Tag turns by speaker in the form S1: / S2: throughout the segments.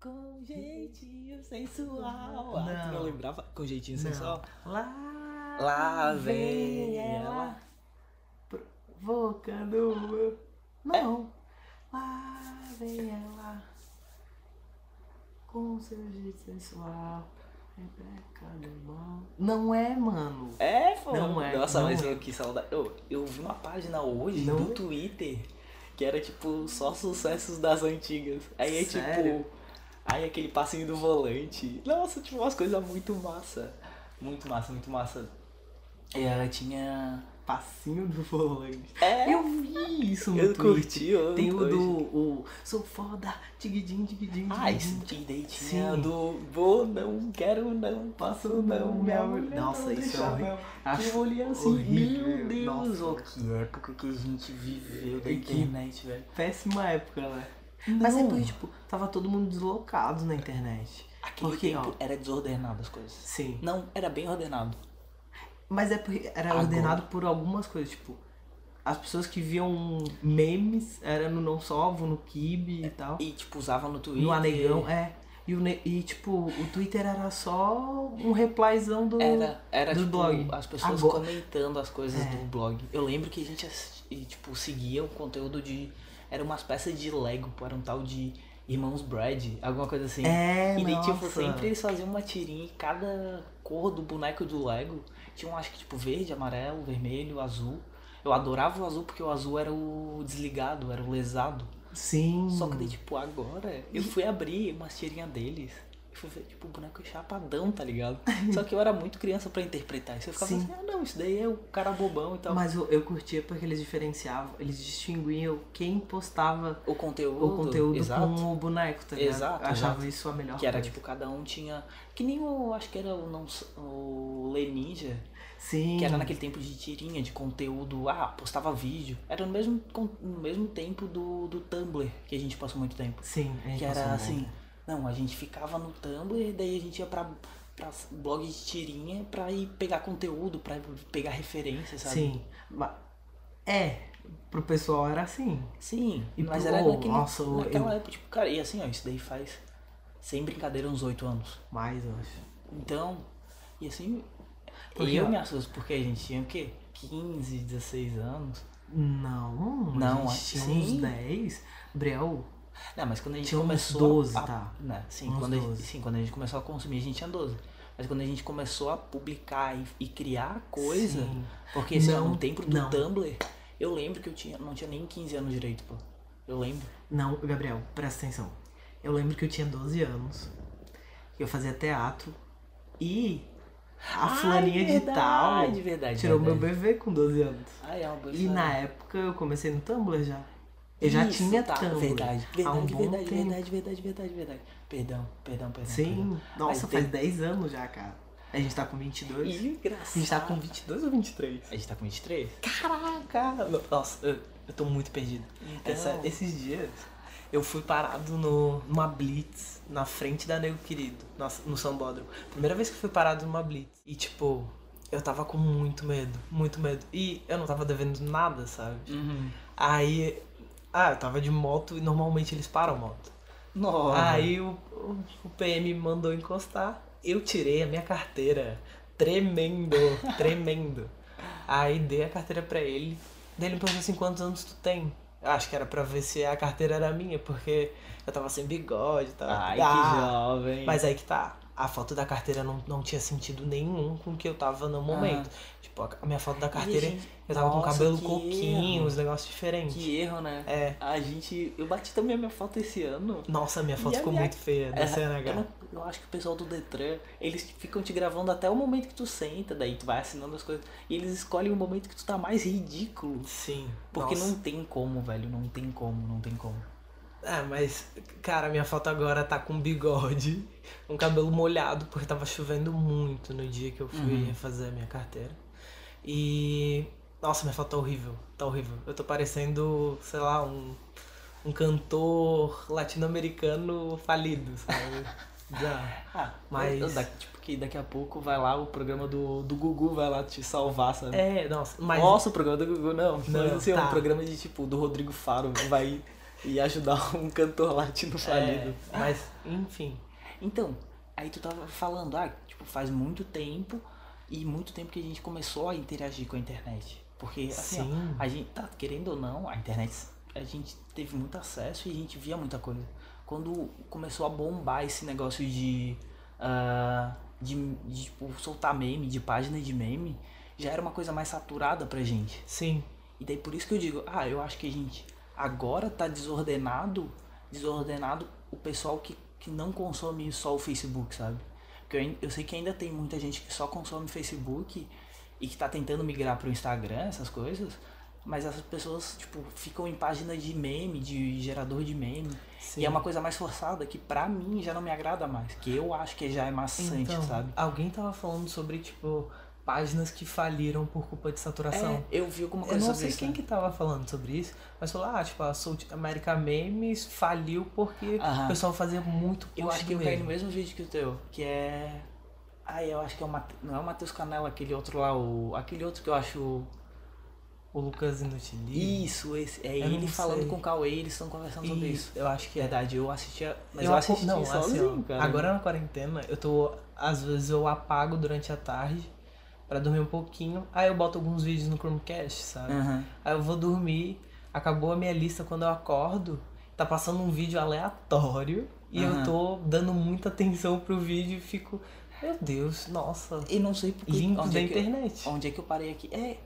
S1: Com jeitinho sensual.
S2: Não.
S1: Ah, tu não lembrava? Com jeitinho sensual?
S2: Lá,
S1: Lá vem ela.
S2: Provocando o meu. Não. Lá vem ela. Com seu jeito sensual. Rebeca do mal. Não é, mano.
S1: É, pô.
S2: Não é,
S1: Nossa,
S2: não
S1: mas
S2: é.
S1: eu que saudade. Eu, eu vi uma página hoje
S2: Não
S1: no
S2: é.
S1: Twitter que era tipo só sucessos das antigas. Aí é
S2: Sério?
S1: tipo. Aí aquele passinho do volante. Nossa, tipo umas coisas muito massa. Muito massa, muito massa.
S2: É,
S1: E ela tinha.
S2: Passinho do volante.
S1: É,
S2: Eu vi isso no
S1: eu
S2: Twitter.
S1: curti. Eu
S2: Tem o
S1: hoje.
S2: do. O, sou foda, tiguidim, tiguidim,
S1: Ah,
S2: tiguidim.
S1: isso de deitinha
S2: Sim.
S1: do vou, não quero, não posso, não, minha mulher
S2: Nossa,
S1: não
S2: isso é
S1: deixa,
S2: horrível.
S1: não.
S2: Acho
S1: Eu olhei assim,
S2: horrível.
S1: meu Deus,
S2: Nossa.
S1: ó, que época que a gente viveu da
S2: E que-
S1: internet, velho.
S2: Péssima época, né? Mas
S1: Não.
S2: depois, tipo, tava todo mundo deslocado na internet.
S1: Aquele
S2: Porque,
S1: tempo
S2: ó.
S1: era desordenado as coisas.
S2: Sim.
S1: Não, era bem ordenado.
S2: Mas é porque era
S1: Agora.
S2: ordenado por algumas coisas, tipo, as pessoas que viam memes era no Não Salvo, no Kibe e tal.
S1: E, tipo, usava no Twitter.
S2: No Anegão, é. E, o, ne- e tipo, o Twitter era só um replyzão do.
S1: Era, era
S2: Do
S1: tipo,
S2: blog.
S1: as pessoas
S2: Agora-
S1: comentando as coisas
S2: É.
S1: do blog. Eu lembro que a gente assistia, tipo, seguia o conteúdo de. Era umas peças de Lego, pô, era um tal de Irmãos Brad, alguma coisa assim.
S2: É,
S1: E daí, tipo,
S2: nossa.
S1: sempre eles faziam uma tirinha e cada cor do boneco do Lego tinha um, acho que, tipo, verde, amarelo, vermelho, azul. Eu adorava o azul porque o azul era o desligado, era o lesado.
S2: Sim.
S1: Só que daí, tipo, agora eu fui abrir umas tirinhas deles. Eu fui ver, tipo, o boneco é chapadão, tá ligado? Só que eu era muito criança pra interpretar isso. Eu ficava
S2: Sim.
S1: assim, ah, não, isso daí é o cara bobão e tal.
S2: Mas eu, eu curtia porque eles diferenciavam, eles distinguiam quem postava
S1: o conteúdo.
S2: o conteúdo
S1: exato.
S2: com o boneco, tá ligado?
S1: Exato,
S2: Eu Achava
S1: exato.
S2: isso a melhor
S1: Que era,
S2: coisa.
S1: tipo, cada um tinha. Que nem o. Acho que era o, não, o Leninja.
S2: Sim.
S1: Que era naquele tempo de tirinha, de conteúdo, ah, postava vídeo. Era no mesmo, con- no mesmo tempo do, do Tumblr, que a gente passou muito tempo.
S2: Sim, a gente
S1: Que
S2: passou
S1: era
S2: mal.
S1: assim, não, a gente ficava no Tumblr, daí a gente ia pra, pra blog de tirinha pra ir pegar conteúdo, pra pegar referência, sabe?
S2: Sim. ma- É, pro pessoal era assim.
S1: Sim,
S2: E
S1: mas
S2: pro-
S1: era naquele,
S2: nossa, eu-
S1: naquela época, tipo, cara, e assim, ó, isso daí faz, sem brincadeira, uns oito anos.
S2: Mais, eu acho.
S1: Então, e assim,
S2: Porque,
S1: eu
S2: ó.
S1: me assusto, porque a gente tinha o quê? 15, 16 anos.
S2: Não,
S1: Não,
S2: a
S1: acho
S2: gente
S1: que
S2: tinha
S1: sim.
S2: uns 10. Breu,
S1: Não, mas quando a gente
S2: Tinha uns
S1: começou.
S2: 12,
S1: a...
S2: tá?
S1: Né, sim,
S2: Uns
S1: quando a gente,
S2: 12.
S1: sim, quando a gente começou a consumir, a gente tinha 12. Mas quando a gente começou a publicar e, e criar coisa,
S2: Sim.
S1: porque assim, ó,
S2: Não,
S1: no tempo do
S2: não.
S1: Tumblr, eu lembro que eu tinha, não tinha nem 15 anos direito, pô. Eu lembro.
S2: Não, Gabriel, presta atenção. Eu lembro que eu tinha 12 anos, eu fazia teatro e a fulaninha de tal
S1: de Ah, é verdade. É
S2: tirou meu
S1: verdade.
S2: bebê com 12 anos.
S1: Ah, é uma boa
S2: E
S1: história.
S2: na época eu comecei no Tumblr já. Eu já
S1: Isso,
S2: tinha
S1: tá,
S2: Tumblr.
S1: Verdade,
S2: há um
S1: verdade,
S2: bom
S1: verdade,
S2: tempo.
S1: verdade, verdade, verdade, verdade. Perdão, perdão, perdão. perdão.
S2: Sim, nossa,
S1: Mas
S2: faz
S1: tem-
S2: 10 anos já, cara. A gente tá com 22.
S1: E engraçado.
S2: A gente tá com 22 ou 23?
S1: A gente tá com 23? Caraca! no- Nossa, eu, eu tô muito perdido.
S2: Então.
S1: Essa- esses dias eu fui parado no, numa blitz na frente da Nego Querido, nossa, no São Bódromo. Primeira vez que eu fui parado numa blitz. E tipo, eu tava com muito medo, muito medo. E eu não tava devendo nada, sabe? Aí. Ah, eu tava de moto e normalmente eles param a moto.
S2: Nossa.
S1: Aí o, o- o PM me mandou encostar. Eu tirei a minha carteira. Tremendo, tremendo. Aí dei a carteira pra ele. Daí ele me perguntou assim, quantos anos tu tem? Eu Acho que era pra ver se a carteira era minha, porque eu tava sem bigode e tal. Ah,
S2: jovem.
S1: Mas aí que tá. A foto da carteira não, não tinha sentido nenhum com o que eu tava no momento. Tipo, a- a minha foto da carteira,
S2: gente,
S1: eu tava com
S2: Ah. nossa,
S1: cabelo
S2: que
S1: coquinho,
S2: erro.
S1: uns negócios diferentes.
S2: erro, né?
S1: É.
S2: A gente. Eu bati também a minha foto esse ano.
S1: Nossa, minha foto
S2: E a
S1: ficou
S2: minha-
S1: muito feia da
S2: É,
S1: CNH.
S2: Eu, não- eu acho que o pessoal do Detran, eles ficam te gravando até o momento que tu senta, daí tu vai assinando as coisas. E eles escolhem o momento que tu tá mais ridículo.
S1: Sim.
S2: Porque
S1: nossa.
S2: não tem como, velho. Não tem como, não tem como.
S1: É, mas, cara, minha foto agora tá com bigode, um cabelo molhado, porque tava chovendo muito no dia que eu fui
S2: Uhum.
S1: refazer a minha carteira. E. Nossa, minha foto tá horrível, tá horrível. Eu tô parecendo, sei lá, um, um cantor latino-americano falido, sabe? Já.
S2: Ah,
S1: Mas-
S2: eu- eu da- tipo, que daqui a pouco vai lá o programa do, do Gugu, vai lá te salvar, sabe?
S1: É, nossa, mas.
S2: Nossa, o programa do Gugu, não.
S1: Não,
S2: Não, assim, é
S1: tá.
S2: um programa de tipo, do Rodrigo Faro, vai
S1: e ajudar um cantor latino falido.
S2: É, mas, enfim.
S1: Então, aí tu tava falando, ah, tipo, faz muito tempo e muito tempo que a gente começou a interagir com a internet. Porque, assim, ó,
S2: Sim.
S1: a gente, tá, querendo ou não, a internet, a gente teve muito acesso e a gente via muita coisa. Quando começou a bombar esse negócio de, ah, de, de, tipo, soltar meme, de página de meme, já era uma coisa mais saturada pra gente.
S2: Sim.
S1: E daí por isso que eu digo, ah, eu acho que a gente agora tá desordenado, desordenado o pessoal que, que não consome só o Facebook, sabe? Porque eu, ain- eu sei que ainda tem muita gente que só consome Facebook e que tá tentando migrar pro Instagram, essas coisas, mas essas pessoas, tipo, ficam em página de meme, de gerador de meme.
S2: sim.
S1: E é uma coisa mais forçada que pra mim já não me agrada mais, que eu acho que já é maçante,
S2: Então,
S1: sabe?
S2: alguém tava falando sobre, tipo, páginas que faliram por culpa de saturação.
S1: É, eu vi alguma
S2: Eu
S1: coisa
S2: não
S1: sobre
S2: sei
S1: isso,
S2: quem
S1: né?
S2: que tava falando sobre isso, mas falou, ah, tipo, a South America Memes faliu porque
S1: Aham.
S2: o pessoal fazia muito post
S1: Eu acho que eu
S2: do
S1: caí no
S2: mesmo.
S1: mesmo vídeo que o teu, que é. Ah, eu acho que é o Mate... Não é o Matheus Canela, aquele outro lá, o. Aquele outro que eu acho.
S2: O Lucas Inutili.
S1: Isso, esse. É
S2: Eu
S1: ele
S2: não
S1: falando
S2: sei.
S1: com o Cauê, eles estão conversando sobre isso.
S2: eu acho que é.
S1: Verdade, eu assistia. Mas eu,
S2: apo-
S1: assisti
S2: não, assim, ó,
S1: sozinho, cara.
S2: Agora na quarentena, eu tô. Às vezes eu apago durante a tarde pra dormir um pouquinho. Aí eu boto alguns vídeos no Chromecast, sabe?
S1: Aham.
S2: Aí eu vou dormir, acabou a minha lista quando eu acordo, tá passando um vídeo aleatório e
S1: Aham.
S2: eu tô dando muita atenção pro vídeo e fico, meu Deus, nossa,
S1: E não sei porque.
S2: lindo
S1: onde
S2: da
S1: é que eu-
S2: internet.
S1: Onde é que eu parei aqui? É.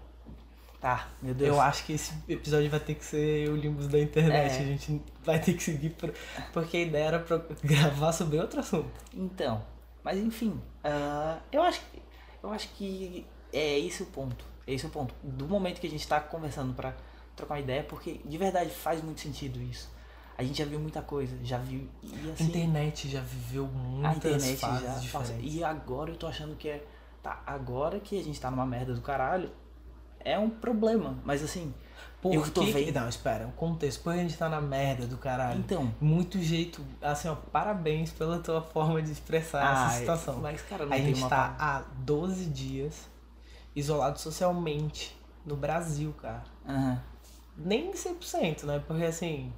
S1: Tá, meu Deus.
S2: Eu acho que esse episódio vai ter que ser o Limbus da internet.
S1: É.
S2: A gente vai ter que seguir. Pra... Porque a ideia era pra gravar sobre outro assunto.
S1: Então, mas enfim, ah, eu acho que eu acho que é esse o ponto. É esse o ponto. Do momento que a gente tá conversando pra trocar uma ideia, porque de verdade faz muito sentido isso. A gente já viu muita coisa, já viu e
S2: A
S1: assim,
S2: internet já viveu
S1: a
S2: muitas
S1: internet
S2: fases
S1: já
S2: diferentes.
S1: passa. E agora eu tô achando que é tá, agora que a gente tá numa merda do caralho, é um problema, mas assim,
S2: Por
S1: eu tô
S2: que...
S1: vendo.
S2: Não, espera, o contexto. Por que a gente tá na merda do caralho?
S1: Então,
S2: Muito jeito, assim, ó, parabéns pela tua forma de expressar essa
S1: ah,
S2: situação.
S1: Mas cara, não
S2: a
S1: tem
S2: gente
S1: uma
S2: tá há 12 dias isolado socialmente no Brasil, cara.
S1: Aham.
S2: Nem 100%, né? Porque assim,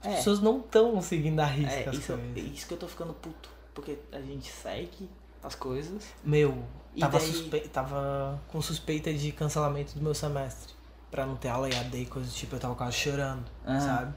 S2: as
S1: É.
S2: pessoas não estão seguindo a risca
S1: É,
S2: as
S1: isso,
S2: coisas.
S1: isso que eu tô ficando puto. Porque a gente segue as coisas.
S2: Meu,
S1: E
S2: tava,
S1: daí-
S2: suspe- tava com suspeita de cancelamento do meu semestre. Pra não ter aula EAD e coisa do tipo, eu tava quase chorando,
S1: Aham.
S2: sabe?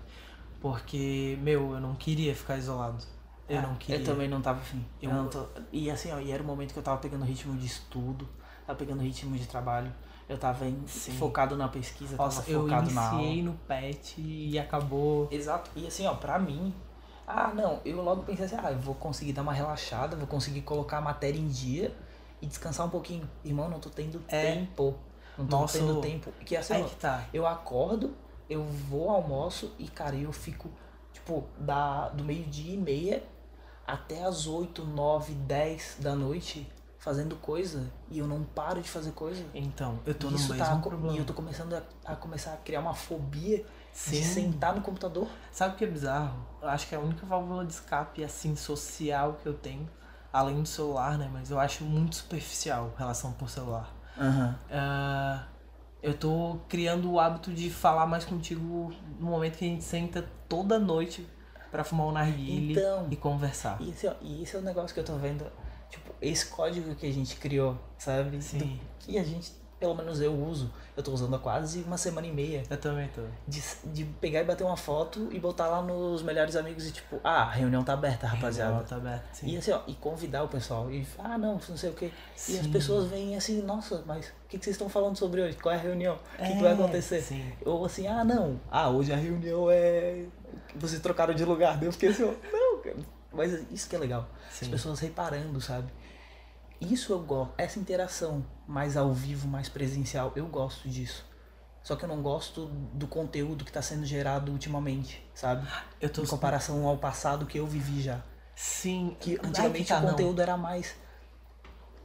S2: Porque, meu, eu não queria ficar isolado. Eu
S1: Ah,
S2: não queria.
S1: Eu também não tava afim. Eu
S2: Eu-
S1: não tô... E assim, ó, e era o momento que eu tava pegando ritmo de estudo, tava pegando ritmo de trabalho, eu tava em-
S2: Sim.
S1: focado na pesquisa,
S2: Nossa,
S1: tava
S2: eu
S1: focado na aula.
S2: iniciei no pet e acabou.
S1: Exato. E assim, ó, pra mim. Ah, não, eu logo pensei assim, ah, eu vou conseguir dar uma relaxada, vou conseguir colocar a matéria em dia e descansar um pouquinho. Irmão, não tô tendo
S2: É.
S1: tempo. Não tô
S2: Nossa,
S1: tendo
S2: eu-
S1: tempo. Que assim,
S2: Aí
S1: ó,
S2: que tá.
S1: Eu acordo, eu vou, almoço e, cara, eu fico, tipo, da, do meio-dia e meia até as 8, 9, 10 da noite fazendo coisa e eu não paro de fazer coisa.
S2: Então, eu tô
S1: E
S2: no
S1: Isso
S2: mesmo
S1: tá, co-
S2: problema.
S1: E eu tô começando a, a começar a criar uma fobia de
S2: Sim.
S1: sentar no computador.
S2: Sabe o que é bizarro? Eu acho que é a única válvula de escape, assim, social que eu tenho, além do celular, né? Mas eu acho muito superficial a relação por celular. Ah, eu tô criando o hábito de falar mais contigo no momento que a gente senta toda noite pra fumar um narguile
S1: Então.
S2: e conversar.
S1: E, esse, ó, e esse é o negócio que eu tô vendo, tipo, esse código que a gente criou, sabe?
S2: Sim,
S1: Do- que a gente, pelo menos eu uso, eu tô usando há quase uma semana e meia.
S2: eu também tô.
S1: de, de pegar e bater uma foto e botar lá nos melhores amigos e tipo, ah, a reunião tá aberta, rapaziada.
S2: Tá aberto, sim.
S1: E assim, ó, e convidar o pessoal. E, ah, não, não sei o quê. E as
S2: Sim.
S1: pessoas vêm assim, nossa, mas o que, que vocês estão falando sobre hoje? Qual é a reunião? O que, que
S2: É,
S1: vai acontecer?
S2: Sim.
S1: Ou assim, ah, não, ah, hoje a reunião é. Vocês trocaram de lugar, Deus esqueceu. não, cara. Mas isso que é legal. As
S2: Sim.
S1: pessoas reparando, sabe? Isso eu gosto. Essa interação mais ao vivo, mais presencial, eu gosto disso. Só que eu não gosto do conteúdo que tá sendo gerado ultimamente, sabe?
S2: Eu tô.
S1: Em comparação ao passado que eu vivi já.
S2: Sim.
S1: Que
S2: Aí
S1: antigamente
S2: tá,
S1: o
S2: não.
S1: conteúdo era mais.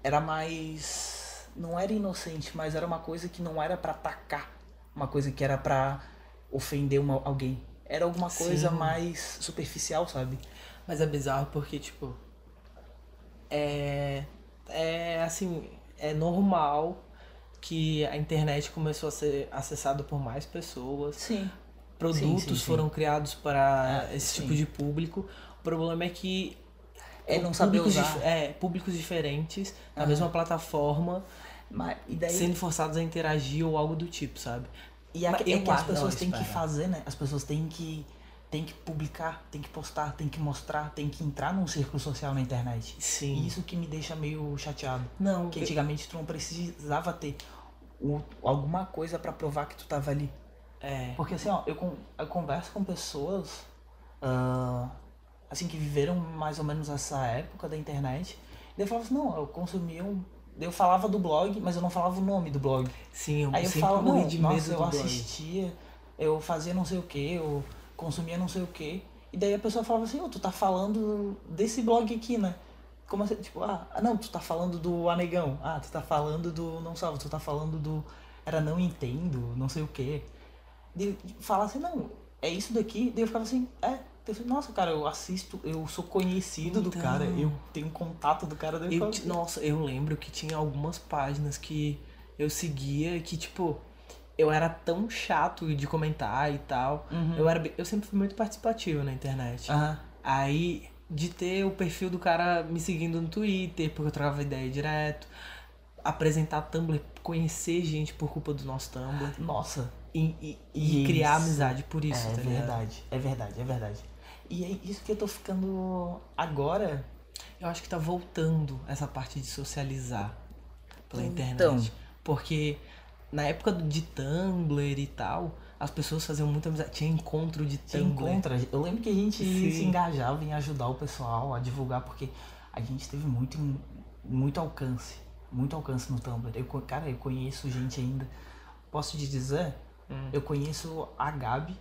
S1: Era mais. Não era inocente, mas era uma coisa que não era pra atacar. Uma coisa que era pra ofender uma, alguém. Era alguma coisa
S2: Sim.
S1: mais superficial, sabe?
S2: Mas é bizarro porque, tipo. É. É assim. É normal que a internet começou a ser acessada por mais pessoas.
S1: Sim.
S2: Produtos
S1: sim, sim.
S2: foram criados para
S1: Ah,
S2: esse
S1: sim.
S2: tipo de público. O problema é que
S1: É não saber
S2: públicos
S1: usar.
S2: dif- é, públicos diferentes na
S1: Aham.
S2: mesma plataforma
S1: Mas, e daí
S2: sendo forçados a interagir ou algo do tipo, sabe?
S1: E é,
S2: Mas
S1: que-
S2: eu
S1: é que as
S2: acho-
S1: pessoas
S2: não,
S1: têm que
S2: espera.
S1: fazer, né? As pessoas têm que, têm que publicar, têm que postar, têm que mostrar, têm que entrar num círculo social na internet.
S2: Sim.
S1: E isso que me deixa meio chateado.
S2: Não,
S1: Porque
S2: eu-
S1: antigamente tu não precisava ter o- alguma coisa pra provar que tu tava ali.
S2: é,
S1: Porque assim, ó, eu, con- eu converso com pessoas ah, assim que viveram mais ou menos essa época da internet. Daí eu falava assim, não, eu consumia um. daí Eu falava do blog, mas eu não falava o nome do blog.
S2: sim, eu
S1: Aí eu
S2: sempre
S1: falo,
S2: morri
S1: não,
S2: de medo
S1: nossa,
S2: do
S1: eu
S2: blog.
S1: assistia, eu fazia não sei o que, eu consumia não sei o que. E daí a pessoa falava assim, ô, tu tá falando desse blog aqui, né? Como assim, tipo, ah, não, tu tá falando do Anegão, ah, tu tá falando do Não Salvo, tu tá falando do Era Não Entendo, não sei o que. De falar assim, não, é isso daqui, daí eu ficava assim, é. Eu falei, Nossa, cara, eu assisto, eu sou conhecido do
S2: Então.
S1: cara, eu tenho contato do cara, daí eu
S2: Eu,
S1: ficava
S2: ti- nossa, eu lembro que tinha algumas páginas que eu seguia que, tipo, eu era tão chato de comentar e tal.
S1: Uhum.
S2: Eu, era, bem- eu sempre fui muito participativo na internet.
S1: Aham.
S2: Aí, de ter o perfil do cara me seguindo no Twitter, porque eu trocava ideia direto, apresentar Tumblr, conhecer gente por culpa do nosso Tumblr,
S1: Nossa,
S2: e, e- e criar
S1: Isso.
S2: amizade por isso,
S1: é
S2: tá ligado?
S1: verdade, é verdade, é verdade. E é isso que eu tô ficando agora.
S2: Eu acho que tá voltando essa parte de socializar pela
S1: Então.
S2: internet. Porque na época do- de Tumblr e tal, as pessoas faziam muita amizade. Tinha encontro de
S1: Se
S2: Tumblr.
S1: encontra. Eu lembro que a gente
S2: Sim.
S1: se engajava em ajudar o pessoal a divulgar, porque a gente teve muito, muito alcance. Muito alcance no Tumblr. Eu, co- cara, eu conheço gente ainda. Posso te dizer?
S2: Hum.
S1: Eu conheço a Gabi,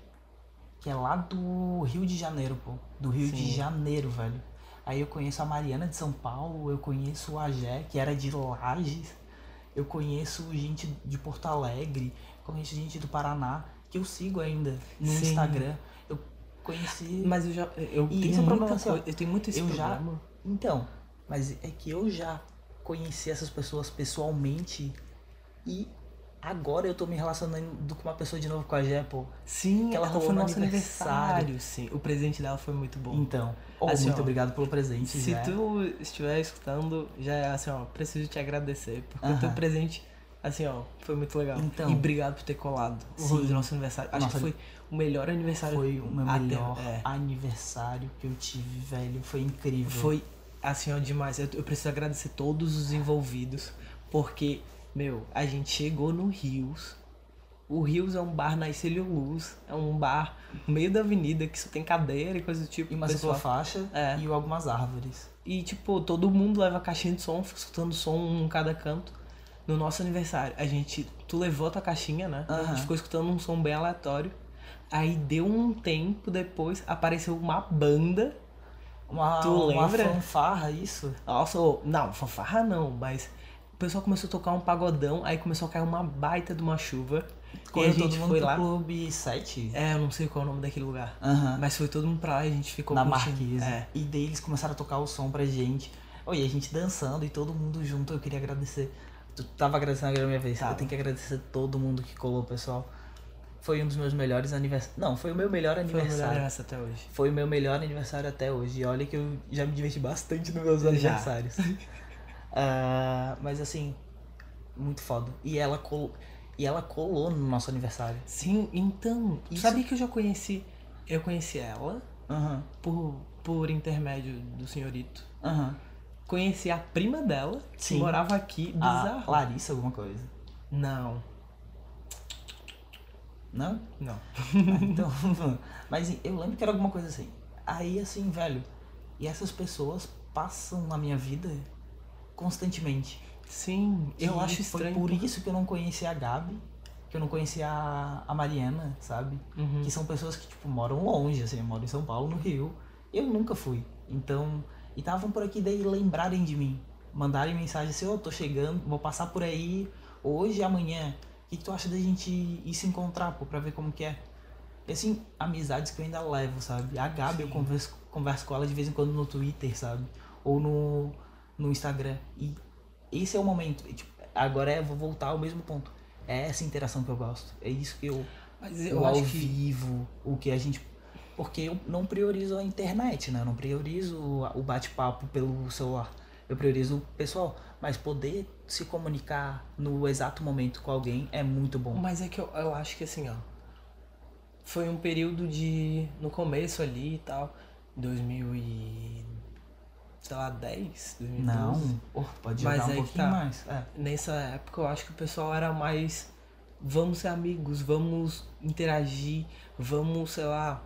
S1: que é lá do Rio de Janeiro, pô. Do Rio de
S2: Sim.
S1: Janeiro, velho. Aí eu conheço a Mariana de São Paulo, eu conheço a Jé, que era de Lages. Eu conheço gente de Porto Alegre, conheço gente do Paraná, que eu sigo ainda no
S2: Sim.
S1: Instagram. Eu conheci.
S2: Mas eu já. Eu
S1: E
S2: tenho
S1: esse é o
S2: muita
S1: problema, assim, ó.
S2: coisa. Eu tenho muito esse
S1: Eu já-
S2: problema.
S1: Então, mas é que eu já conheci essas pessoas pessoalmente e agora eu tô me relacionando com uma pessoa de novo com a Jé, pô.
S2: Sim,
S1: Que ela rolou
S2: foi
S1: no
S2: nosso
S1: aniversário.
S2: aniversário, sim. O presente dela foi muito bom.
S1: Então, oh,
S2: Assim,
S1: muito
S2: ó,
S1: obrigado pelo presente,
S2: Se
S1: Jé.
S2: tu estiver escutando, já é assim, ó, preciso te agradecer. Porque o teu
S1: Aham.
S2: presente, assim, ó, foi muito legal.
S1: Então.
S2: e obrigado por ter colado o rolê
S1: Sim.
S2: do nosso aniversário. Acho
S1: Nossa,
S2: que foi o melhor aniversário.
S1: Foi o meu
S2: um até-
S1: melhor
S2: é.
S1: aniversário que eu tive, velho. Foi incrível.
S2: Foi assim, ó, demais. Eu, eu preciso agradecer todos os envolvidos, porque, meu, a gente chegou no Rios. O Rios é um bar na Isílio Luz, é um bar no meio da avenida que só tem cadeira e coisa do tipo.
S1: E uma
S2: pessoal.
S1: pessoa faixa
S2: É.
S1: e algumas árvores.
S2: E, tipo, todo mundo leva caixinha de som, fica escutando som um em cada canto. No nosso aniversário, a gente. Tu levou a tua caixinha, né? A
S1: Aham.
S2: gente ficou escutando um som bem aleatório. Aí deu um tempo depois, apareceu uma banda.
S1: Uma,
S2: Tu
S1: uma
S2: lembra?
S1: fanfarra, isso?
S2: Nossa, ô, não, fanfarra não, mas o pessoal começou a tocar um pagodão, aí começou a cair uma baita de uma chuva. e a
S1: Correu
S2: gente
S1: todo mundo
S2: foi
S1: pro
S2: lá.
S1: Clube 7.
S2: É, eu não sei qual é o nome daquele lugar.
S1: Aham.
S2: Mas foi todo mundo pra lá e a gente ficou
S1: na
S2: curtindo.
S1: Marquise.
S2: É.
S1: E daí eles começaram a tocar o som pra gente. Oh, e a gente dançando e todo mundo junto. Eu queria agradecer. Tu tava agradecendo agora a minha vez.
S2: Tava.
S1: Eu tenho que agradecer todo mundo que colou, pessoal. Foi um dos meus melhores aniversários. Não, foi o meu melhor
S2: Foi o melhor
S1: aniversário.
S2: aniversário até hoje.
S1: Foi o meu melhor aniversário até hoje. E olha que eu já me diverti bastante nos meus aniversários. Ah, mas assim, muito foda. E ela, col... e ela colou no nosso aniversário.
S2: Sim, então. tu
S1: Isso-
S2: Sabia que eu já conheci. Eu conheci ela
S1: Aham,
S2: por, por intermédio do senhorito.
S1: aham.
S2: Conheci a prima dela,
S1: Sim. Ah,
S2: que morava aqui,
S1: A
S2: bizarro.
S1: Larissa, alguma coisa.
S2: Não,
S1: Não?
S2: não.
S1: Então, mas eu lembro que era alguma coisa assim. Aí, assim, velho, e essas pessoas passam na minha vida constantemente.
S2: Sim, eu
S1: E
S2: acho
S1: foi
S2: estranho.
S1: Por isso que eu não conhecia a Gabi, que eu não conhecia a, a Mariana, sabe?
S2: Uhum.
S1: Que são pessoas que, tipo, moram longe, assim, moram em São Paulo, no Rio. Eu nunca fui. Então, e estavam por aqui, daí lembrarem de mim. Mandarem mensagem assim, ô, tô chegando, vou passar por aí hoje e amanhã. O que, que tu acha da gente ir se encontrar, pô, pra ver como que é? E assim, amizades que eu ainda levo, sabe? A Gabi, eu
S2: Sim.
S1: converso, converso com ela de vez em quando no Twitter, sabe? Ou no, no Instagram. E esse é o momento. E, tipo, agora é, vou voltar ao mesmo ponto. É essa interação que eu gosto. É isso que eu Mas eu
S3: o ao
S1: acho que
S3: vivo.
S1: o que a gente. Porque eu não priorizo a internet, né? Eu não priorizo o bate-papo pelo celular. Eu priorizo o pessoal. Mas poder se comunicar no exato momento com alguém é muito bom.
S2: Mas é que eu, eu acho que assim, ó. Foi um período de. No começo ali e tal. 2000 e. Sei lá, 10? 2012.
S1: Não, oh, pode jogar
S2: Mas
S1: um
S2: é que
S1: pouquinho
S2: tá.
S1: mais. É.
S2: Nessa época eu acho que o pessoal era mais. Vamos ser amigos, vamos interagir, vamos, sei lá.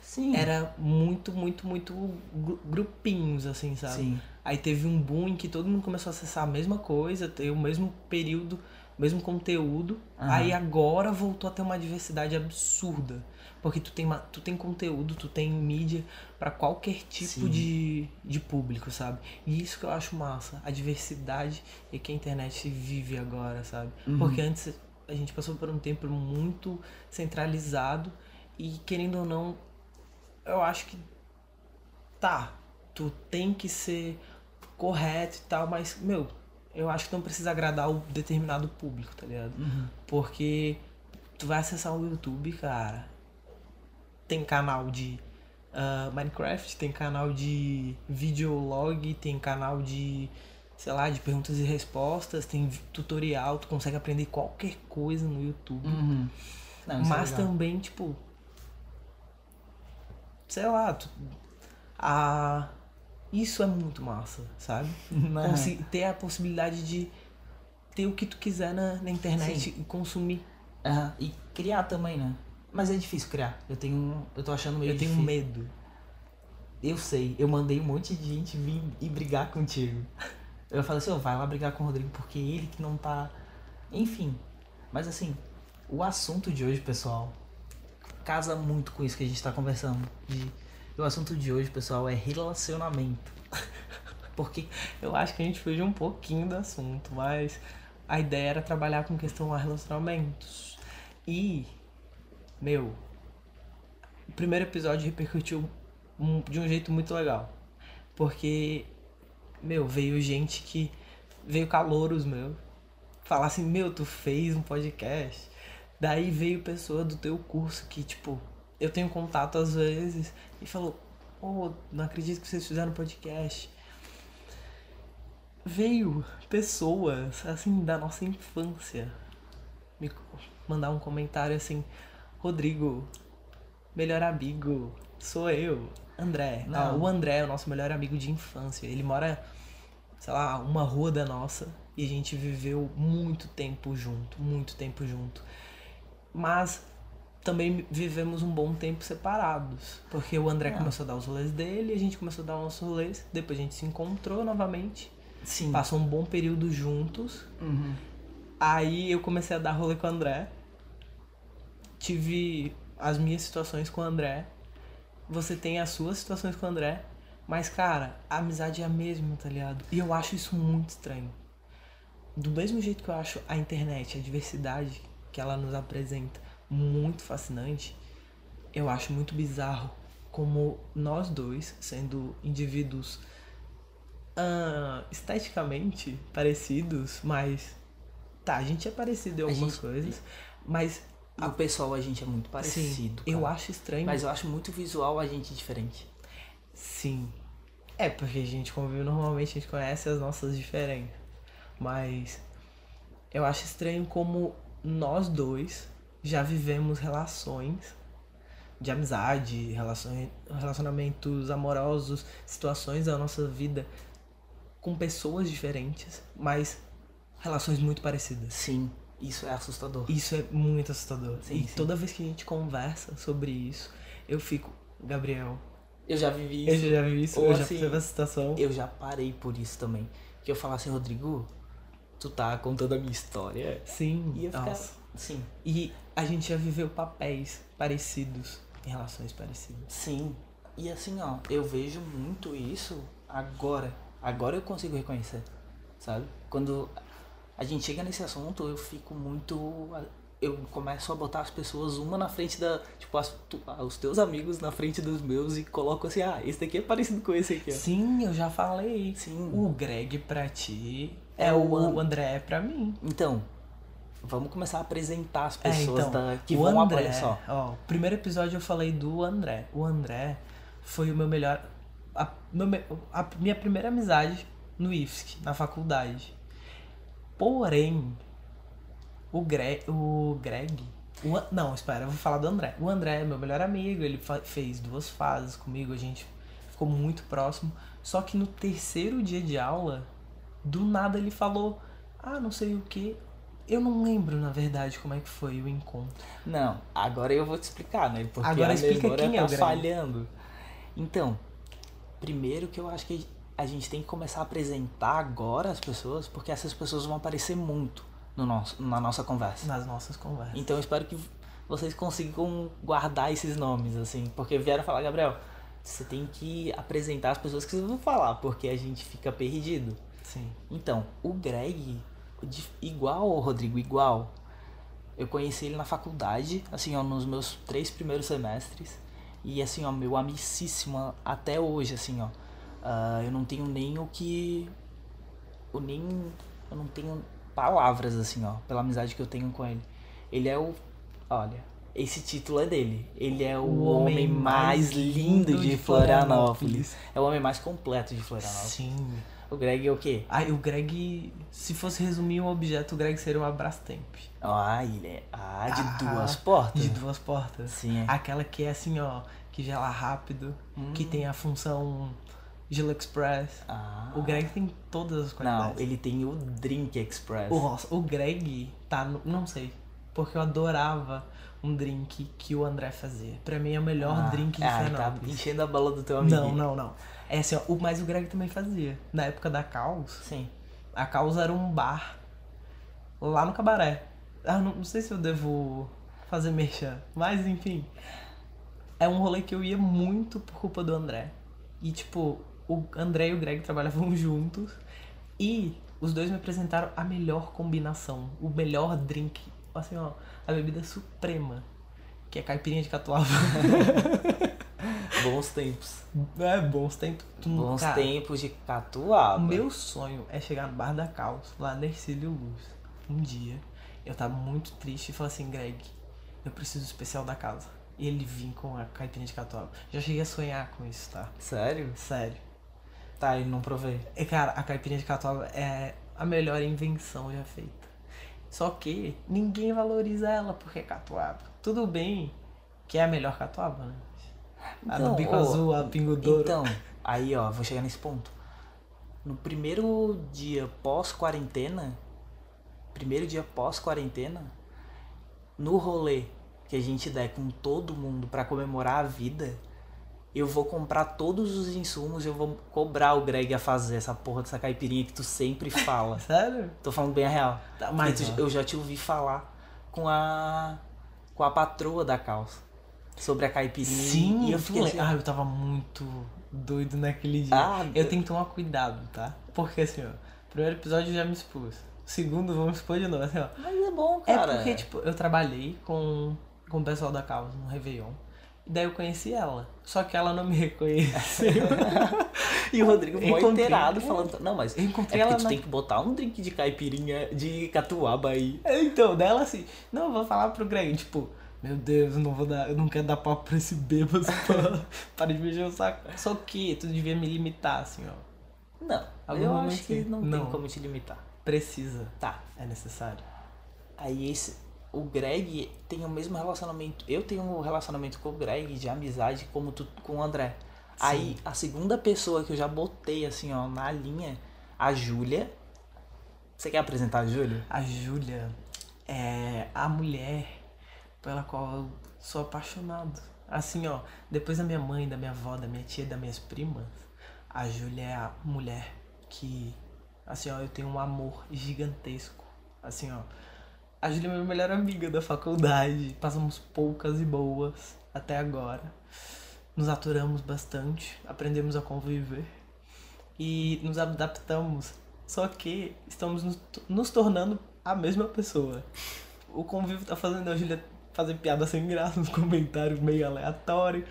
S1: Sim.
S2: Era muito, muito, muito gru- grupinhos, assim, sabe?
S1: Sim.
S2: Aí teve um boom em que todo mundo começou a acessar a mesma coisa, ter o mesmo período, o mesmo conteúdo.
S1: Aham.
S2: Aí agora voltou a ter uma diversidade absurda. Porque tu tem, ma- tu tem conteúdo, tu tem mídia pra qualquer tipo
S1: Sim.
S2: de, de público, sabe? E isso que eu acho massa. A diversidade é que a internet vive agora, sabe?
S1: Uhum.
S2: Porque antes a gente passou por um tempo muito centralizado e querendo ou não, eu acho que tá, tu tem que ser correto e tal, mas meu, eu acho que não precisa agradar o determinado público, tá ligado?
S1: Uhum.
S2: Porque tu vai acessar o YouTube, cara. Tem canal de ah, Minecraft, tem canal de videolog, tem canal de, sei lá, de perguntas e respostas, tem vi- tutorial, tu consegue aprender qualquer coisa no YouTube.
S1: Uhum. Não, isso é
S2: Mas
S1: legal.
S2: também, tipo. Sei lá, tu, a, isso é muito massa, sabe?
S1: Aham.
S2: Consi- ter a possibilidade de ter o que tu quiser na, na internet e consumir.
S1: Aham, E criar também, né? Mas é difícil criar. Eu tenho. Eu tô achando meio
S2: Eu tenho
S1: difícil.
S2: medo.
S1: Eu sei, eu mandei um monte de gente vir e brigar contigo. Eu falei assim, ó, vai lá brigar com o Rodrigo, porque ele que não tá. Enfim. Mas assim, o assunto de hoje, pessoal, casa muito com isso que a gente tá conversando. De... E O assunto de hoje, pessoal, é relacionamento. Porque.
S2: Eu acho que a gente fugiu um pouquinho do assunto, mas a ideia era trabalhar com questão a relacionamentos. E, meu, o primeiro episódio repercutiu um- de um jeito muito legal. Porque, meu, veio gente que. Veio calouros, meu. Falar assim, meu, tu fez um podcast. Daí veio pessoa do teu curso que, tipo, eu tenho contato às vezes e falou: Pô, não acredito que vocês fizeram podcast veio pessoas assim da nossa infância me co- mandar um comentário assim, Rodrigo, melhor amigo, sou eu, André. Ah,
S1: Não.
S2: o André é o nosso melhor amigo de infância. Ele mora, sei lá, uma rua da nossa e a gente viveu muito tempo junto, muito tempo junto. Mas também vivemos um bom tempo separados. Porque o André
S1: Ah.
S2: começou a dar os rolês dele, a gente começou a dar os nossos rolês, depois a gente se encontrou novamente
S1: Sim.
S2: passou um bom período juntos.
S1: Uhum.
S2: Aí eu comecei a dar rolê com o André. Tive as minhas situações com o André. Você tem as suas situações com o André. Mas, cara, a amizade é a mesma, tá ligado? E eu acho isso muito estranho. Do mesmo jeito que eu acho a internet, a diversidade que ela nos apresenta muito fascinante, eu acho muito bizarro como nós dois, sendo indivíduos ah, esteticamente parecidos, mas. Tá, a gente é parecido em
S1: A
S2: algumas
S1: gente- é.
S2: coisas, mas
S1: O pessoal, a gente é muito parecido.
S2: eu
S1: cara.
S2: acho estranho.
S1: Mas eu acho muito visual a gente diferente.
S2: Sim. É porque a gente convive normalmente, a gente conhece as nossas diferenças. Mas eu acho estranho como nós dois já vivemos relações de amizade, relações, relacionamentos amorosos, situações da nossa vida com pessoas diferentes, mas relações muito parecidas.
S1: Sim. Isso é assustador.
S2: Isso é muito assustador.
S1: Sim,
S2: e
S1: sim.
S2: toda vez que a gente conversa sobre isso, eu fico, Gabriel,
S1: Eu já vivi
S2: eu já vi isso,
S1: Ou
S2: eu já
S1: assim,
S2: tive essa situação.
S1: Eu já parei por isso também. Que eu falasse, Rodrigo, tu tá contando a minha história.
S2: Sim,
S1: E eu ficava.
S2: nossa.
S1: Sim.
S2: E a gente já viveu papéis parecidos em relações parecidas.
S1: Sim. E assim, ó, eu vejo muito isso agora. Agora eu consigo reconhecer, sabe? Quando a gente chega nesse assunto, eu fico muito. Eu começo a botar as pessoas uma na frente da. Tipo, as, tu- os teus amigos na frente dos meus e coloco assim, ah, esse daqui é parecido com esse aqui, ó.
S2: Sim, eu já falei.
S1: Sim.
S2: O Greg pra ti
S1: É
S2: é
S1: o
S2: o
S1: An-
S2: André pra mim.
S1: Então, Vamos começar a apresentar as pessoas
S2: então,
S1: da- que
S2: o
S1: vão
S2: André,
S1: apoiar só.
S2: Ó, o primeiro episódio eu falei do André. O André foi o meu melhor. A, meu me- a minha primeira amizade no IFSC, na faculdade. Porém, o Greg. O Greg. o An- não, espera, eu vou falar do André. O André é meu melhor amigo, ele fa- fez duas fases comigo, a gente ficou muito próximo. Só que no terceiro dia de aula, do nada ele falou: Ah, não sei o que. Eu não lembro, na verdade, como é que foi o encontro.
S1: Não, agora eu vou te explicar, né? Porque
S2: Agora
S1: a
S2: explica
S1: memória
S2: quem é
S1: tá
S2: o Greg.
S1: falhando. Então, primeiro que eu acho que a gente tem que começar a apresentar agora as pessoas, porque essas pessoas vão aparecer muito no nosso, na nossa conversa.
S2: nas nossas conversas.
S1: Então eu espero que vocês consigam guardar esses nomes, assim, porque vieram falar, Gabriel, você tem que apresentar as pessoas que vocês vão falar, porque a gente fica perdido.
S2: Sim.
S1: Então, o Greg, de- igual ao Rodrigo, igual. Eu conheci ele na faculdade, assim, ó, nos meus três primeiros semestres. E, assim, ó, meu amicíssimo até hoje, assim, ó. Ah, eu não tenho nem o que. Eu nem. Eu não tenho palavras, assim, ó, pela amizade que eu tenho com ele. Ele é o. Olha, esse título é dele. Ele é o, homem, mais lindo de, Florianópolis. É o homem mais completo de Florianópolis.
S2: Sim.
S1: O Greg é o quê?
S2: Aí o Greg, se fosse resumir um objeto, o Greg seria um Abrastemp.
S1: Ah, ele é. Ah, de
S2: Ah,
S1: duas portas?
S2: De duas portas.
S1: Sim, é.
S2: Aquela que é assim, ó, que gela rápido, que
S1: Hum.
S2: tem a função Gelo Express.
S1: Ah.
S2: O Greg tem todas as
S1: Não,
S2: qualidades.
S1: ele tem o Drink Express.
S2: O, Ross- o Greg tá no, Não sei. Porque eu adorava um drink que o André fazia. Pra mim é o melhor
S1: Ah,
S2: drink de
S1: ah, tá
S2: Florianópolis.
S1: enchendo a bola do teu amigo.
S2: Não, não, não. É assim, ó, o- mas o Greg também fazia. Na época da Caos,
S1: Sim.
S2: a Caos era um bar lá no cabaré. Ah, não, não sei se eu devo fazer merchan, mas enfim. É um rolê que eu ia muito por culpa do André. E tipo, o André e o Greg trabalhavam juntos. E os dois me apresentaram a melhor combinação, o melhor drink. Assim, ó, a bebida suprema, que é caipirinha de catuaba.
S1: Bons tempos.
S2: É, bons tempos. Tu não-
S1: Bons
S2: cara,
S1: tempos de
S2: O
S1: catuaba.
S2: meu sonho é chegar no Bar da Caos, lá na Ercílio Luz, um dia. Eu tava muito triste e falar assim, Greg, eu preciso do especial da casa. E ele vir com a caipirinha de catuaba. Já cheguei a sonhar com isso, tá?
S1: Sério?
S2: Sério.
S1: Tá, ele não provei.
S2: E, cara, a caipirinha de catuaba é a melhor invenção já feita. Só que ninguém valoriza ela porque é catuaba. Tudo bem que é a melhor catuaba, né? A do
S1: Então,
S2: bico
S1: ô,
S2: azul, a pingo douro.
S1: Então, aí ó, vou chegar nesse ponto. No primeiro dia pós-quarentena, primeiro dia pós-quarentena, no rolê que a gente der com todo mundo pra comemorar a vida, eu vou comprar todos os insumos, eu vou cobrar o Greg a fazer essa porra dessa caipirinha que tu sempre fala.
S2: Sério?
S1: Tô falando bem a real.
S2: Tá,
S1: Porque
S2: mas,
S1: tu-
S2: ó.
S1: então, eu já te ouvi falar com a com a patroa da calça sobre a caipirinha
S2: Sim,
S1: e eu
S2: tu
S1: fiquei assim,
S2: lembra? Ah, eu tava muito doido naquele dia.
S1: Ah,
S2: eu tenho que tomar cuidado, tá? Porque assim, ó, primeiro episódio eu já me expus. Segundo, vou me expor de novo, assim, ó.
S1: Mas é bom,
S2: É
S1: cara.
S2: porque, tipo, eu trabalhei com, com o pessoal da Caos no Réveillon. E daí eu conheci ela. Só que ela não me reconheceu.
S1: E o Rodrigo ficou
S2: Encontrei- um
S1: inteirado falando. Não, mas.
S2: Eu encontrei
S1: É
S2: ela
S1: porque tu
S2: na...
S1: tem que botar um drink de caipirinha de catuaba aí.
S2: Então, dela assim, não, eu vou falar pro Greg, tipo, meu Deus, eu não vou dar, eu não quero dar papo pra esse bêbado, para, para de mexer o saco. Só que tu devia me limitar, assim, ó.
S1: Não,
S2: Algum
S1: eu
S2: momento
S1: acho que
S2: sim.
S1: não,
S2: Não.
S1: tem como te limitar.
S2: Precisa,
S1: Tá.
S2: é necessário.
S1: Aí esse. O Greg tem o mesmo relacionamento. Eu tenho um relacionamento com o Greg de amizade como tu com o André. Aí a segunda pessoa que eu já botei assim, ó, na linha, a Júlia. Você quer apresentar a Júlia?
S2: A Júlia é a mulher pela qual eu sou apaixonado. Assim, ó, depois da minha mãe, da minha avó, da minha tia, das minhas primas, a Júlia é a mulher que, assim, ó, eu tenho um amor gigantesco. Assim, ó, a Júlia é minha melhor amiga da faculdade. Passamos poucas e boas até agora. Nos aturamos bastante, aprendemos a conviver e nos adaptamos. Só que estamos nos, nos tornando a mesma pessoa. O convívio tá fazendo a Júlia fazer piada sem graça nos comentários meio aleatório.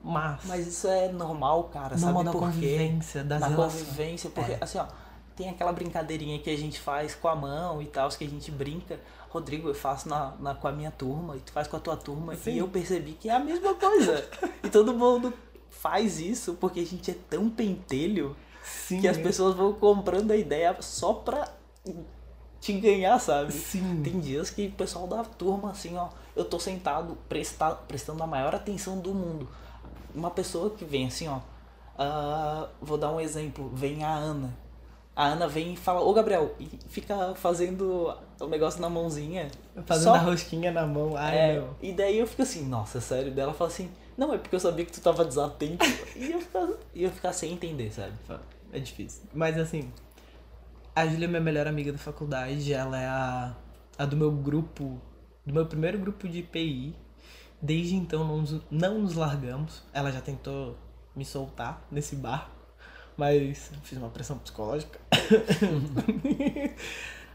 S2: Mas,
S1: Mas isso é normal, cara. sabe
S2: normal da
S1: por quê?
S2: convivência, das
S1: na
S2: relações.
S1: convivência, porque assim, ó, tem aquela brincadeirinha que a gente faz com a mão e tal, que a gente brinca. Rodrigo, eu faço na, na, com a minha turma e tu faz com a tua turma. Sim. E eu percebi que é a mesma coisa. e todo mundo faz isso porque a gente é tão pentelho Sim, que as pessoas vão comprando a ideia só pra te ganhar, sabe?
S2: Sim.
S1: Tem dias que o pessoal da turma, assim, ó, eu tô sentado presta, prestando a maior atenção do mundo. Uma pessoa que vem assim, ó. Uh, vou dar um exemplo. Vem a Ana. A Ana vem e fala, ô Gabriel, e fica fazendo o negócio na mãozinha.
S2: Fazendo só... a rosquinha na mão, ai é, meu.
S1: E daí eu fico assim, nossa, sério. Daí ela fala assim, não, é porque eu sabia que tu tava desatento. e eu ficar, ia ficar sem entender, sabe?
S2: É difícil. Mas assim, a Júlia é minha melhor amiga da faculdade, ela é a, a do meu grupo, do meu primeiro grupo de PI. Desde então não nos, não nos largamos. Ela já tentou me soltar nesse bar, mas fiz uma pressão psicológica.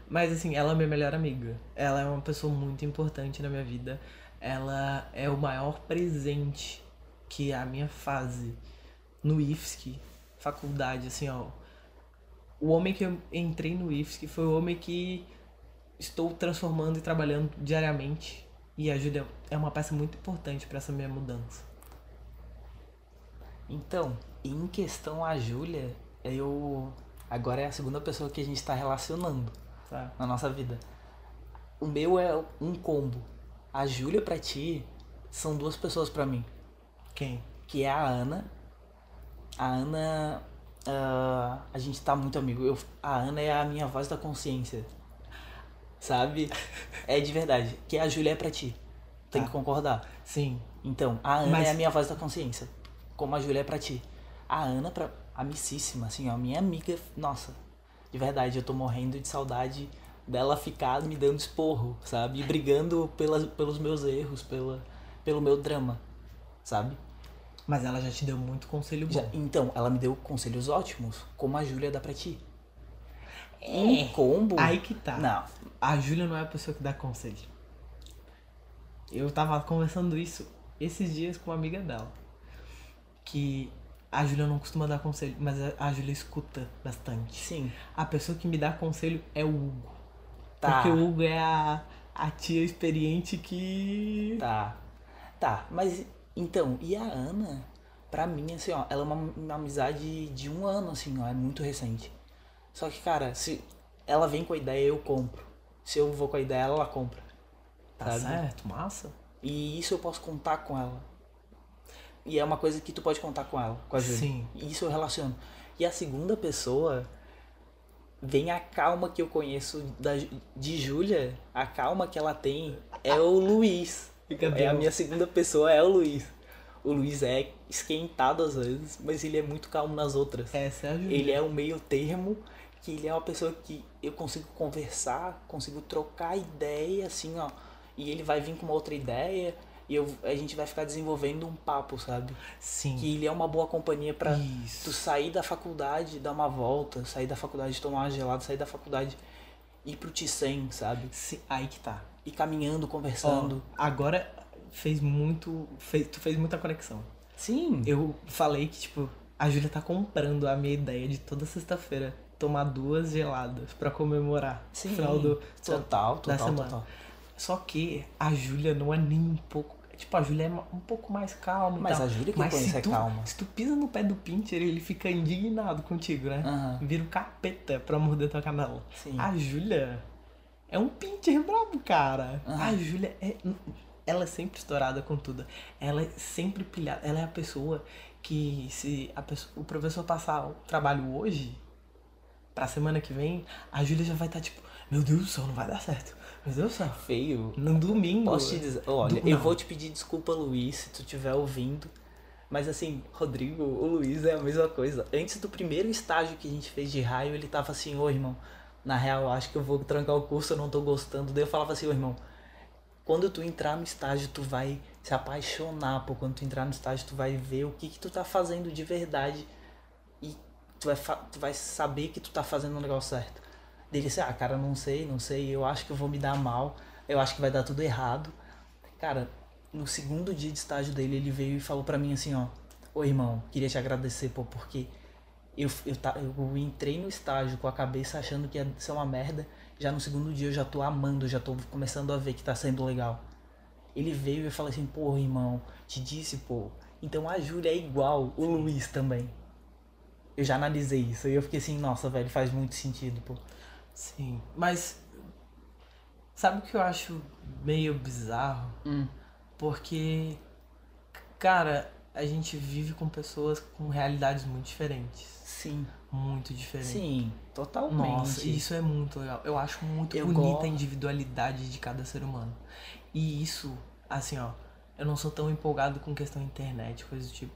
S2: mas assim, ela é minha melhor amiga. Ela é uma pessoa muito importante na minha vida. Ela é o maior presente que a minha fase no IFSC, faculdade, assim, ó. O homem que eu entrei no IFSC foi o homem que estou transformando e trabalhando diariamente. E a Júlia é uma peça muito importante para essa minha mudança.
S1: Então, em questão a Júlia, eu. Agora é a segunda pessoa que a gente está relacionando
S2: tá.
S1: na nossa vida. O meu é um combo. A Júlia para ti são duas pessoas para mim.
S2: Quem?
S1: Que é a Ana. A Ana. Uh, a gente tá muito amigo. Eu, a Ana é a minha voz da consciência. Sabe? É de verdade. Que a Júlia é pra ti. Tem tá. que concordar.
S2: Sim.
S1: Então, a Ana Mas... é a minha voz da consciência como a Júlia é pra ti. A Ana, pra, amicíssima, assim, ó, minha amiga, nossa, de verdade, eu tô morrendo de saudade dela ficar me dando esporro, sabe? E brigando pelas, pelos meus erros, pela, pelo meu drama, sabe?
S2: Mas ela já te deu muito conselho bom.
S1: Já, então, ela me deu conselhos ótimos, como a Júlia dá pra ti. Um é. combo.
S2: Aí que tá.
S1: Não.
S2: A Júlia não é a pessoa que dá conselho. Eu tava conversando isso esses dias com uma amiga dela que a Júlia não costuma dar conselho, mas a Júlia escuta bastante.
S1: Sim.
S2: A pessoa que me dá conselho é o Hugo.
S1: Tá.
S2: Porque o Hugo é a, a tia experiente que.
S1: Tá. Tá, mas então, e a Ana, pra mim, assim, ó, ela é uma, uma amizade de um ano, assim, ó, é muito recente. Só que, cara, se ela vem com a ideia, eu compro. Se eu vou com a ideia, ela compra.
S2: Tá sabe? certo, massa.
S1: E isso eu posso contar com ela. E é uma coisa que tu pode contar com ela, com a Júlia.
S2: Sim.
S1: Isso eu relaciono. E a segunda pessoa vem a calma que eu conheço da, de Júlia, a calma que ela tem é o Luiz. É a minha segunda pessoa é o Luiz. O Luiz é esquentado às vezes, mas ele é muito calmo nas outras.
S2: Essa é a Júlia.
S1: Ele é um meio termo que ele é uma pessoa que eu consigo conversar, consigo trocar ideia assim, ó. E ele vai vir com uma outra ideia e eu, a gente vai ficar desenvolvendo um papo, sabe?
S2: Sim.
S1: Que ele é uma boa companhia para tu sair da faculdade, dar uma volta, sair da faculdade, tomar uma gelada, sair da faculdade, ir pro Ticem, sabe?
S2: Sim, aí que tá.
S1: E caminhando, conversando.
S2: Oh, agora fez muito. Fez, tu fez muita conexão.
S1: Sim.
S2: Eu falei que, tipo, a Júlia tá comprando a minha ideia de toda sexta-feira tomar duas geladas para comemorar
S1: Sim.
S2: o final do.
S1: Total,
S2: da,
S1: total,
S2: da semana.
S1: total.
S2: Só que a Júlia não é nem um pouco Tipo, a Júlia é um pouco mais calma
S1: Mas
S2: tal.
S1: a Júlia que
S2: Mas
S1: eu conheço
S2: se
S1: é
S2: tu,
S1: calma.
S2: Se tu pisa no pé do Pinter, ele fica indignado contigo, né?
S1: Aham. Ah,
S2: Vira o capeta pra morder tua canela.
S1: Sim.
S2: A Júlia é um Pinter brabo, cara.
S1: Aham.
S2: A Júlia é. Ela é sempre estourada com tudo. Ela é sempre pilhada. Ela é a pessoa que se a pessoa- o professor passar o trabalho hoje, pra semana que vem, a Júlia já vai estar tipo, meu Deus do céu, não vai dar certo. Meu Deus do céu.
S1: Feio.
S2: No domingo.
S1: Posso te dizer, olha,
S2: Do-
S1: eu
S2: não.
S1: vou te pedir desculpa, Luiz, se tu estiver ouvindo. Mas assim, Rodrigo, o Luiz é a mesma coisa. Antes do primeiro estágio que a gente fez de raio, ele tava assim, ô irmão, na real, eu acho que eu vou trancar o curso, eu não tô gostando. Daí eu falava assim, ô irmão, quando tu entrar no estágio, tu vai se apaixonar, pô. Quando tu entrar no estágio, tu vai ver o que que tu tá fazendo de verdade. E tu vai, fa- tu vai saber que tu tá fazendo o negócio certo. Dele assim, ah, cara, não sei, não sei, eu acho que eu vou me dar mal, eu acho que vai dar tudo errado. Cara, no segundo dia de estágio dele, ele veio e falou pra mim assim, ó, ô irmão, queria te agradecer, pô, porque Eu, eu, ta- eu entrei no estágio com a cabeça achando que ia ser uma merda. Já no segundo dia eu já tô amando, já tô começando a ver que tá sendo legal. Ele veio e falou assim, pô, irmão, te disse, pô. Então a Júlia é igual o Luiz também. Eu já analisei isso. E eu fiquei assim, nossa, velho, faz muito sentido, pô.
S2: Sim, mas sabe o que eu acho meio bizarro?
S1: Hum.
S2: Porque, cara, a gente vive com pessoas com realidades muito diferentes.
S1: Sim.
S2: Muito diferentes.
S1: Sim, totalmente.
S2: Nossa, isso é muito legal. Eu acho muito
S1: Eu
S2: bonita
S1: gosto.
S2: a individualidade de cada ser humano. E isso, assim, ó, eu não sou tão empolgado com questão internet, coisa do tipo.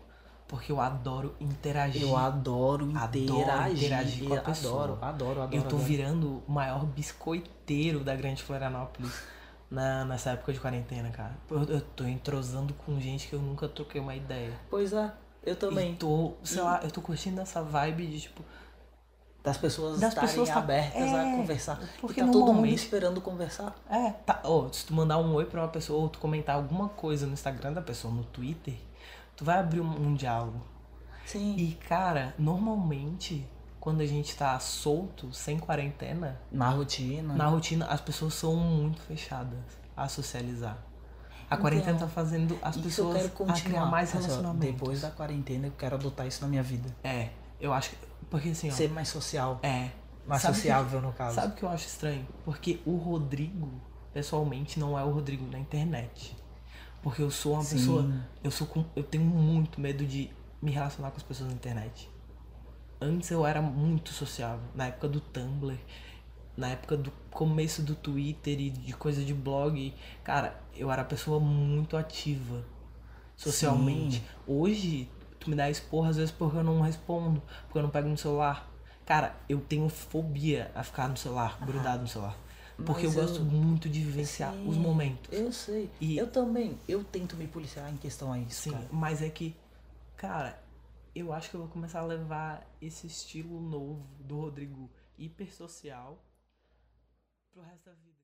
S2: Porque eu adoro interagir.
S1: Eu adoro
S2: Adoro
S1: interagir.
S2: interagir com a pessoa.
S1: Adoro, adoro, adoro.
S2: Eu tô
S1: adoro.
S2: virando o maior biscoiteiro da Grande Florianópolis na, nessa época de quarentena, cara. Eu, eu tô entrosando com gente que eu nunca troquei uma ideia.
S1: Pois é, eu também.
S2: E tô, sei
S1: E-
S2: lá, eu tô curtindo essa vibe de tipo.
S1: Das pessoas
S2: Das
S1: estarem
S2: pessoas tá-
S1: abertas a
S2: É,
S1: conversar.
S2: porque
S1: e tá todo mundo
S2: normalmente-
S1: esperando conversar.
S2: É, tá. Ó, se tu mandar um oi pra uma pessoa ou tu comentar alguma coisa no Instagram da pessoa, no Twitter, tu vai abrir um, um diálogo.
S1: Sim.
S2: E, cara, normalmente, quando a gente tá solto, sem quarentena,
S1: Na rotina.
S2: na rotina as pessoas são muito fechadas a socializar. A quarentena tá fazendo as
S1: Então, Isso
S2: pessoas
S1: eu quero
S2: a criar
S1: continuar.
S2: mais
S1: Assim, ó,
S2: relacionamento.
S1: Depois da quarentena, eu quero adotar isso na minha vida.
S2: É, eu acho que. Porque assim, ó.
S1: Ser mais social.
S2: É.
S1: Mais
S2: Sabe
S1: sociável, no
S2: que,
S1: caso.
S2: Sabe o que eu acho estranho? Porque o Rodrigo, pessoalmente, não é o Rodrigo na internet. Porque eu sou uma
S1: Sim.
S2: pessoa. Eu sou com- eu tenho muito medo de me relacionar com as pessoas na internet. Antes eu era muito sociável. Na época do Tumblr, na época do começo do Twitter e de coisa de blog. Cara, eu era uma pessoa muito ativa socialmente. Hoje, tu me dá esporra às vezes porque eu não respondo, porque eu não pego no celular. Cara, eu tenho fobia a ficar no celular, grudado no celular. Porque eu
S1: Mas
S2: gosto
S1: eu-
S2: muito de vivenciar
S1: Sim,
S2: os momentos.
S1: Eu sei.
S2: E-
S1: Eu também. Eu tento me policiar em questão a isso,
S2: Sim,
S1: cara.
S2: mas é que, cara, eu acho que eu vou começar a levar esse estilo novo do Rodrigo hipersocial pro resto da vida.